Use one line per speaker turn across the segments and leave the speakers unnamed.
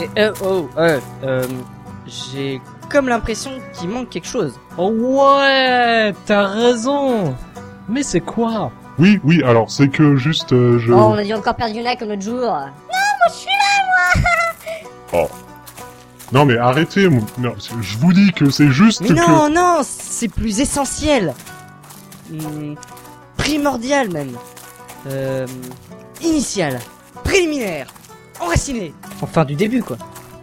Et euh, oh, euh, euh, j'ai comme l'impression qu'il manque quelque chose.
Oh ouais, t'as raison. Mais c'est quoi
Oui, oui, alors c'est que juste euh, je...
Oh, on a dû encore perdre Yuna comme l'autre jour.
Non mais arrêtez, mon- non, c'est- je vous dis que c'est juste
Mais
que...
non, non, c'est plus essentiel. Hmm, primordial même. Euh, initial. Préliminaire. Enraciné. Enfin du début quoi.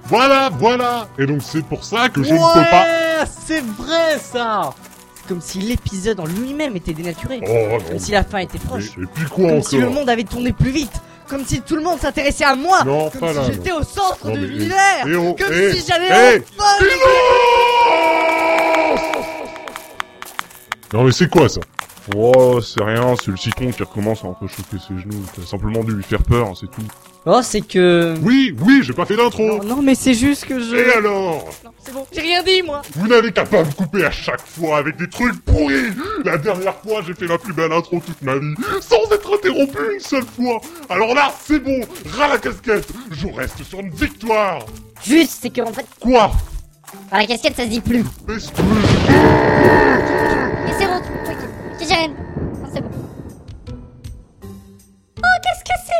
Voilà, voilà Et donc c'est pour ça que je
ouais,
ne peux pas...
c'est vrai ça.
C'est comme si l'épisode en lui-même était dénaturé.
Oh non,
Comme si la fin était proche.
mais- et puis quoi
Comme
encore
si le monde avait tourné plus vite. Comme si tout le monde s'intéressait à moi.
Non,
comme
pas
si
là, non.
j'étais au centre
Non,
de
mais-
l'univers.
Eh oh,
Comme
eh,
si j'avais
eh,
enfin le
Non mais c'est quoi ça Oh, c'est rien, c'est le citron qui recommence à entrechoquer ses genoux. T'as simplement dû lui faire peur, hein, c'est tout.
Oh, c'est que.
Oui, oui, j'ai pas fait d'intro
Non, non, mais c'est juste que je.
Et alors
Non, c'est bon, j'ai rien dit moi.
Vous n'avez qu'à pas me couper à chaque fois avec des trucs pourris La dernière fois, j'ai fait ma plus belle intro toute ma vie, sans être interrompu une seule fois Alors là, c'est bon, ras la casquette Je reste sur une victoire
Juste, c'est que en fait,
Quoi
par la casquette, ça se dit plus.
Est-ce que-
Mais c'est bon, ok, ok, j'ai rien. Non, c'est bon. Oh, qu'est-ce que c'est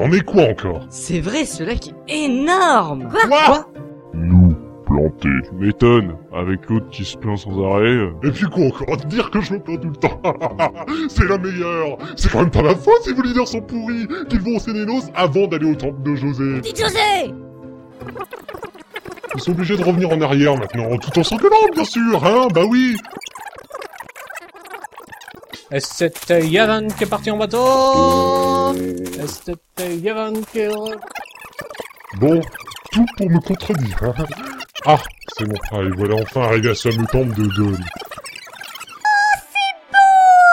J'en ai quoi encore
C'est vrai, ce lac est énorme.
Quoi Nous planter. Tu m'étonnes, avec l'autre qui se plaint sans arrêt. euh. Et puis quoi encore te dire que je me plains tout le temps C'est la meilleure C'est quand même pas ma faute si vos leaders sont pourris Qu'ils vont au Sénénos avant d'aller au temple de José
Petit José
Ils sont obligés de revenir en arrière maintenant, tout en s'engueulant bien sûr, hein Bah oui
Est-ce que c'était Yavan qui est parti en bateau
Euh.
Est-ce que c'était Yavan qui est... re-
Bon, tout pour me contredire. hein. Ah, c'est bon. Allez, voilà enfin arrivé à Somme le temple de... de...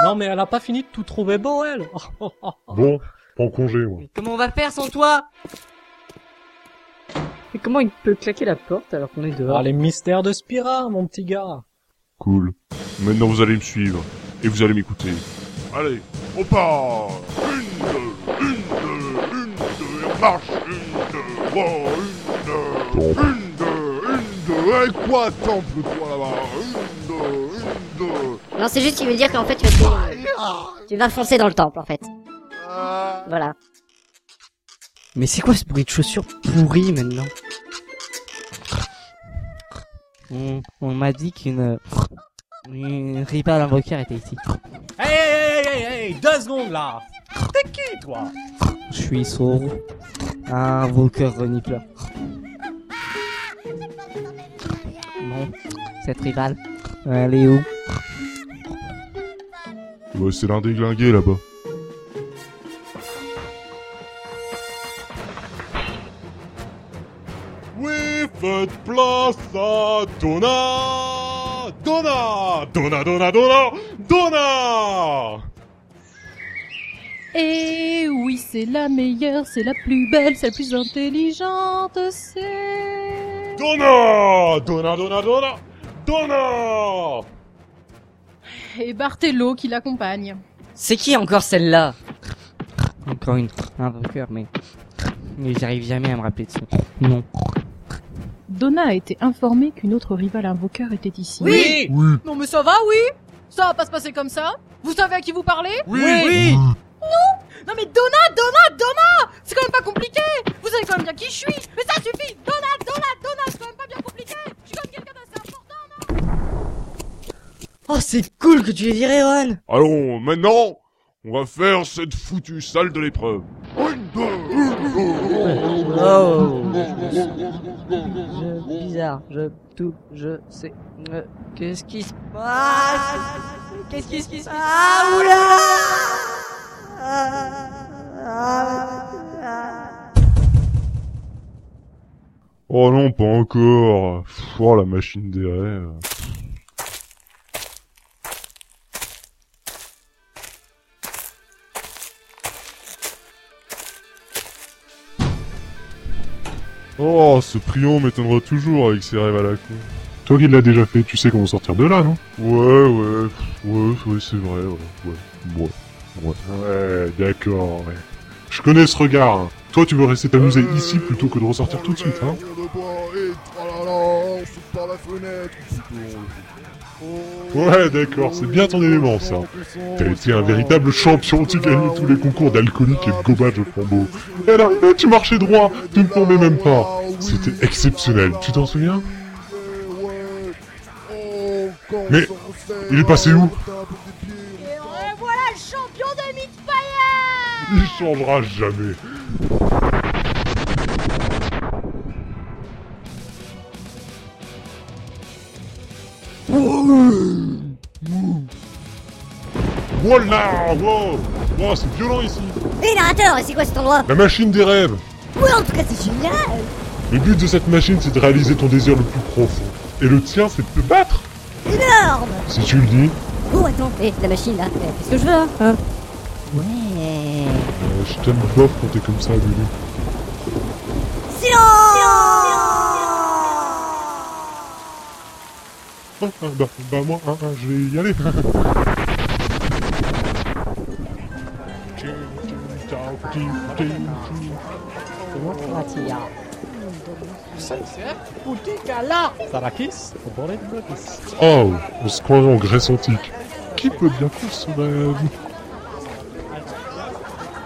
Non mais elle a pas fini de tout trouver beau elle. Oh,
Bon, pas en congé, moi.
Mais comment on va faire sans toi Mais comment il peut claquer la porte alors qu'on est
Ah,
dehors
les mystères de Spira, mon petit gars.
Cool. Maintenant, vous allez me suivre. Et vous allez m'écouter.
Allez, on part Une, deux, une, deux, une, deux, et on marche Une, deux, trois, une, deux, une, deux, une, deux, et quoi, temple, toi, là-bas Une, deux, une, deux,
Non, c'est juste qu'il veut dire qu'en fait, tu vas te- Tu vas foncer dans le temple, en fait.
ah.
Voilà.
Mais c'est quoi ce bruit de chaussures pourri maintenant On, on m'a dit qu'une une ripa d'imbrocard était ici.
Hey, hey, hey, hey, hey, deux secondes là. T'es qui toi
Je suis sourd. Un volcœur renifleur. Bon, cette rivale, elle est où
Ouais, c'est l'un des glingués, là-bas. Oui, faites place à Donna Donna Donna, Donna, Donna Donna
Et oui, c'est la meilleure, c'est la plus belle, c'est la plus intelligente, c'est...
Donna Donna, Donna, Donna Donna
Et Bartello qui l'accompagne.
C'est qui encore celle-là Encore une un vainqueur, mais mais j'arrive jamais à me rappeler de son nom.
Donna a été informée qu'une autre rivale invoqueur était ici.
Oui
Non mais ça va, oui Ça va pas se passer comme ça Vous savez à qui vous parlez
Oui,
Oui.
Non mais Donna, Donna, Donna C'est quand même pas compliqué Vous savez quand même bien qui je suis Mais ça suffit Donna, Donna, Donna, c'est quand même pas bien compliqué Je suis comme quelqu'un d'assez important
Oh, c'est cool que tu les viré, Ron.
Allons, maintenant, on va faire cette foutue salle de l'épreuve.
Oh. Je, bizarre, je tout, je sais. euh, Qu'est-ce qui se passe Qu'est-ce qui se passe Ah oula
Oh non, pas encore Pff, Oh, la machine des rêves Oh, ce prion m'étonnera toujours avec ses rêves à la con. Toi qui l'as déjà fait, tu sais comment sortir de là, non Ouais, ouais, pff, ouais, ouais, c'est vrai, ouais, ouais, ouais, ouais. Ouais, d'accord, ouais. Je connais ce regard, hein. Toi, tu veux rester t'amuser ici plutôt que de ressortir tout de suite, hein Ouais, d'accord, c'est bien ton élément, ça. T'as été un véritable champion, tu gagnais tous les concours d'alcoolique et de gobage au flambeau. Et à l'arrivée, tu marchais droit, tu ne tombais même pas. C'était exceptionnel, tu t'en souviens Mais, il est passé où
Et voilà le champion de Midfire
Il changera jamais. Voilà, wow, wow c'est violent ici.
Hé narrateur, et c'est quoi cet endroit
La machine des rêves.
Ouais, en tout cas, c'est génial
Le but de cette machine, c'est de réaliser ton désir le plus profond. Et le tien, c'est de te battre.
Énorme
Si tu le dis,
Oh, attends, hé, la machine là, euh, qu'est-ce que je veux hein Hein Ouais.
euh, je t'aime bof quand t'es comme ça, Lulu. Ah, ah, bah, bah moi, hein, hein, je vais y aller.
Sarakis, Boremakis.
Oh, on se croirait en Grèce antique. Qui peut bien couvrir son rêve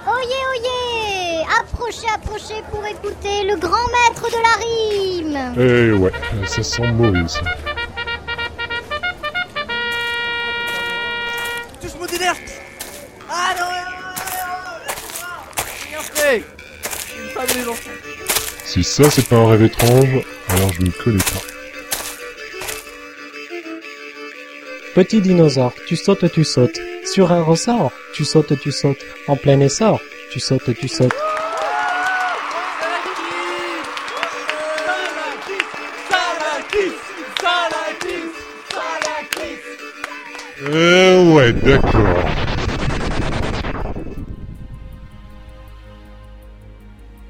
Oyez, oyez Approchez, approchez pour écouter le grand maître de la rime
Eh ouais, ça sent mauvais ça.
Touche mon délire Ah non, non, non, non, non, non, non, non, non, non, non, non, non, non, non, non, non, Il me parle des enfants.
Si ça c'est pas un rêve étrange, alors je ne connais pas.
Petit dinosaure, tu sautes, tu sautes. Sur un ressort, tu sautes, tu sautes. En plein essor, tu sautes, tu sautes.
Salakis Salakis Salakis
Eh ouais, d'accord.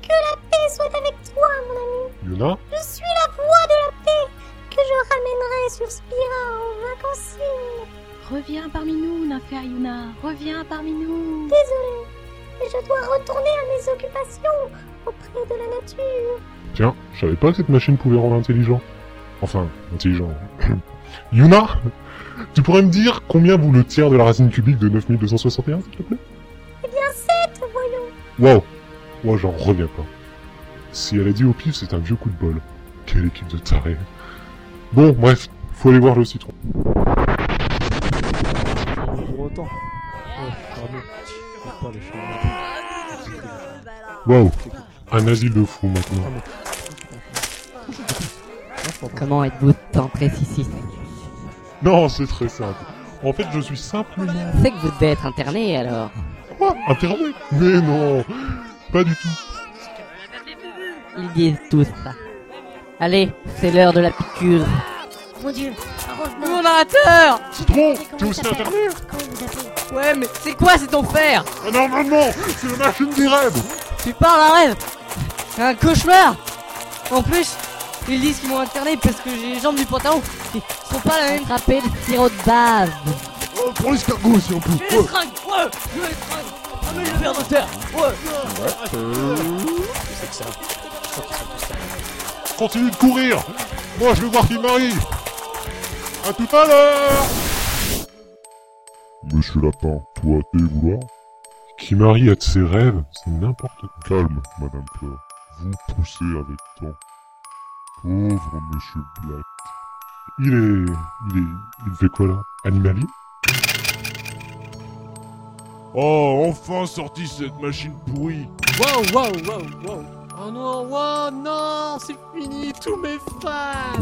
Paix soit avec toi, mon ami
Yuna
Je suis la voix de la paix que je ramènerai sur Spira en vacances.
Reviens parmi nous, Nafia Yuna. Reviens parmi nous.
Désolée, mais je dois retourner à mes occupations auprès de la nature.
Tiens, je savais pas que cette machine pouvait rendre intelligent. Enfin, intelligent. Yuna Tu pourrais me dire combien vaut le tiers de la racine cubique de 9261, s'il te plaît
Eh bien, sept, voyons.
Wow Moi, j'en reviens pas. Si elle a dit au pif, c'est un vieux coup de bol. Quelle équipe de tarés. Bon, bref, faut aller voir le citron.
autant. Oh, pardon.
Wow Un asile de fous, maintenant.
Comment êtes-vous tant précis
Non, c'est très simple. En fait, je suis simplement...
C'est que vous devez être interné alors.
Quoi Interné Mais non Pas du tout.
Ils disent tous ça. Allez, c'est l'heure de la piqûre.
Mon dieu, arrange-moi.
Mon narrateur
Citron
Mais comment
T'es
il
aussi
s'appelle
interné
Comment vous appelez
Ouais, mais c'est quoi cet enfer
Ah, Normalement C'est la machine des rêves
Tu parles un rêve C'est un cauchemar En plus, ils disent qu'ils m'ont interné parce que j'ai les jambes du pantalon qui sont pas la même
Attraper le sirop de bave.
Oh, prends l'escargot si on peut
Je veux les fringues Ouais Je veux les fringues Ramène le verre d'auteur Ouais
Continue de courir Moi je veux voir qui m'arrive À tout à l'heure
Monsieur Lapin, toi, tes vouloirs
Kimari a de ses rêves, c'est n'importe quoi.
Calme, Madame Fleur. Vous poussez avec temps. Pauvre Monsieur Black.
Il est... Il est... Il fait quoi là Animali
Oh, enfin sorti cette machine pourrie
Wow, wow, wow, wow. Oh non, wow, non, c'est fini, tous mes fans.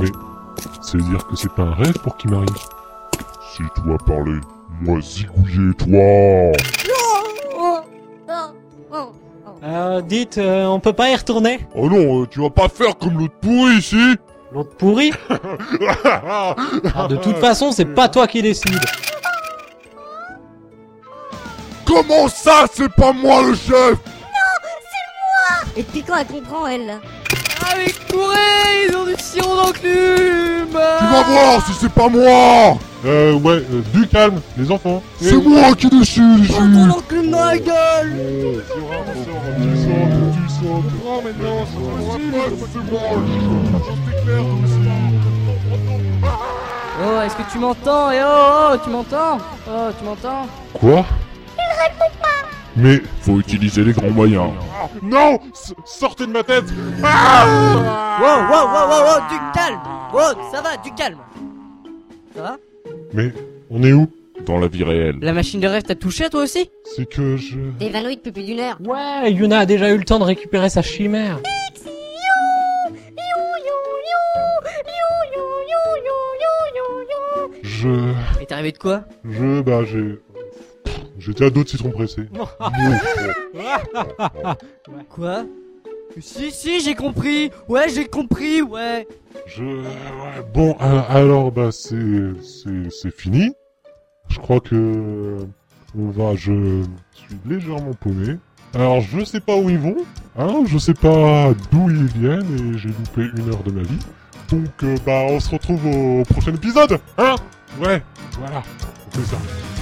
C'est dire que c'est pas un rêve pour Kimari.
Si toi parler, moi zigouiller toi
Oh, oh.
Euh, dites, euh, on peut pas y retourner
Oh non, euh, tu vas pas faire comme l'autre pourri ici
L'autre pourri Ah, De toute façon, c'est pas toi qui décide.
Comment ça, c'est pas moi le chef
Et depuis quand elle comprend, elle là
Ah mais courez Ils ont du sirop d'enclume Ah,
Tu vas voir si c'est pas moi
Euh ouais, euh, du calme, les enfants
C'est moi qui décide ici
Prends ton enclume dans la gueule
Tu sors, tu sors, tu sors, tu sors. comprends maintenant, c'est pas possible, c'est bon, j'en suis clair, mais c'est pas...
Oh, est-ce que tu m'entends Eh oh, oh, tu m'entends Oh, tu m'entends
Quoi Il répond pas Mais faut utiliser les grands moyens.
Ah, Non S- Sortez de ma tête Ah
Wow, wow, wow, wow, wow, du calme Wow, ça va, du calme Ça va
Mais on est où
Dans la vie réelle.
La machine de rêve t'a touché toi aussi
C'est que je...
T'es évanoui depuis plus d'une heure.
Ouais, Yuna a déjà eu le temps de récupérer sa chimère.
Je...
Et t'es arrivé de quoi
Je... Bah j'ai... J'étais à dos de citron pressé. euh,
Quoi Si, si, j'ai compris Ouais, j'ai compris, ouais
Je... ouais, Bon, euh, alors, bah, c'est... C'est c'est fini. Je crois que... On va... Je suis légèrement paumé. Alors, je sais pas où ils vont. Hein, je sais pas d'où ils viennent et j'ai loupé une heure de ma vie. Donc, euh, bah, on se retrouve au prochain épisode. Hein Ouais, voilà. On fait ça.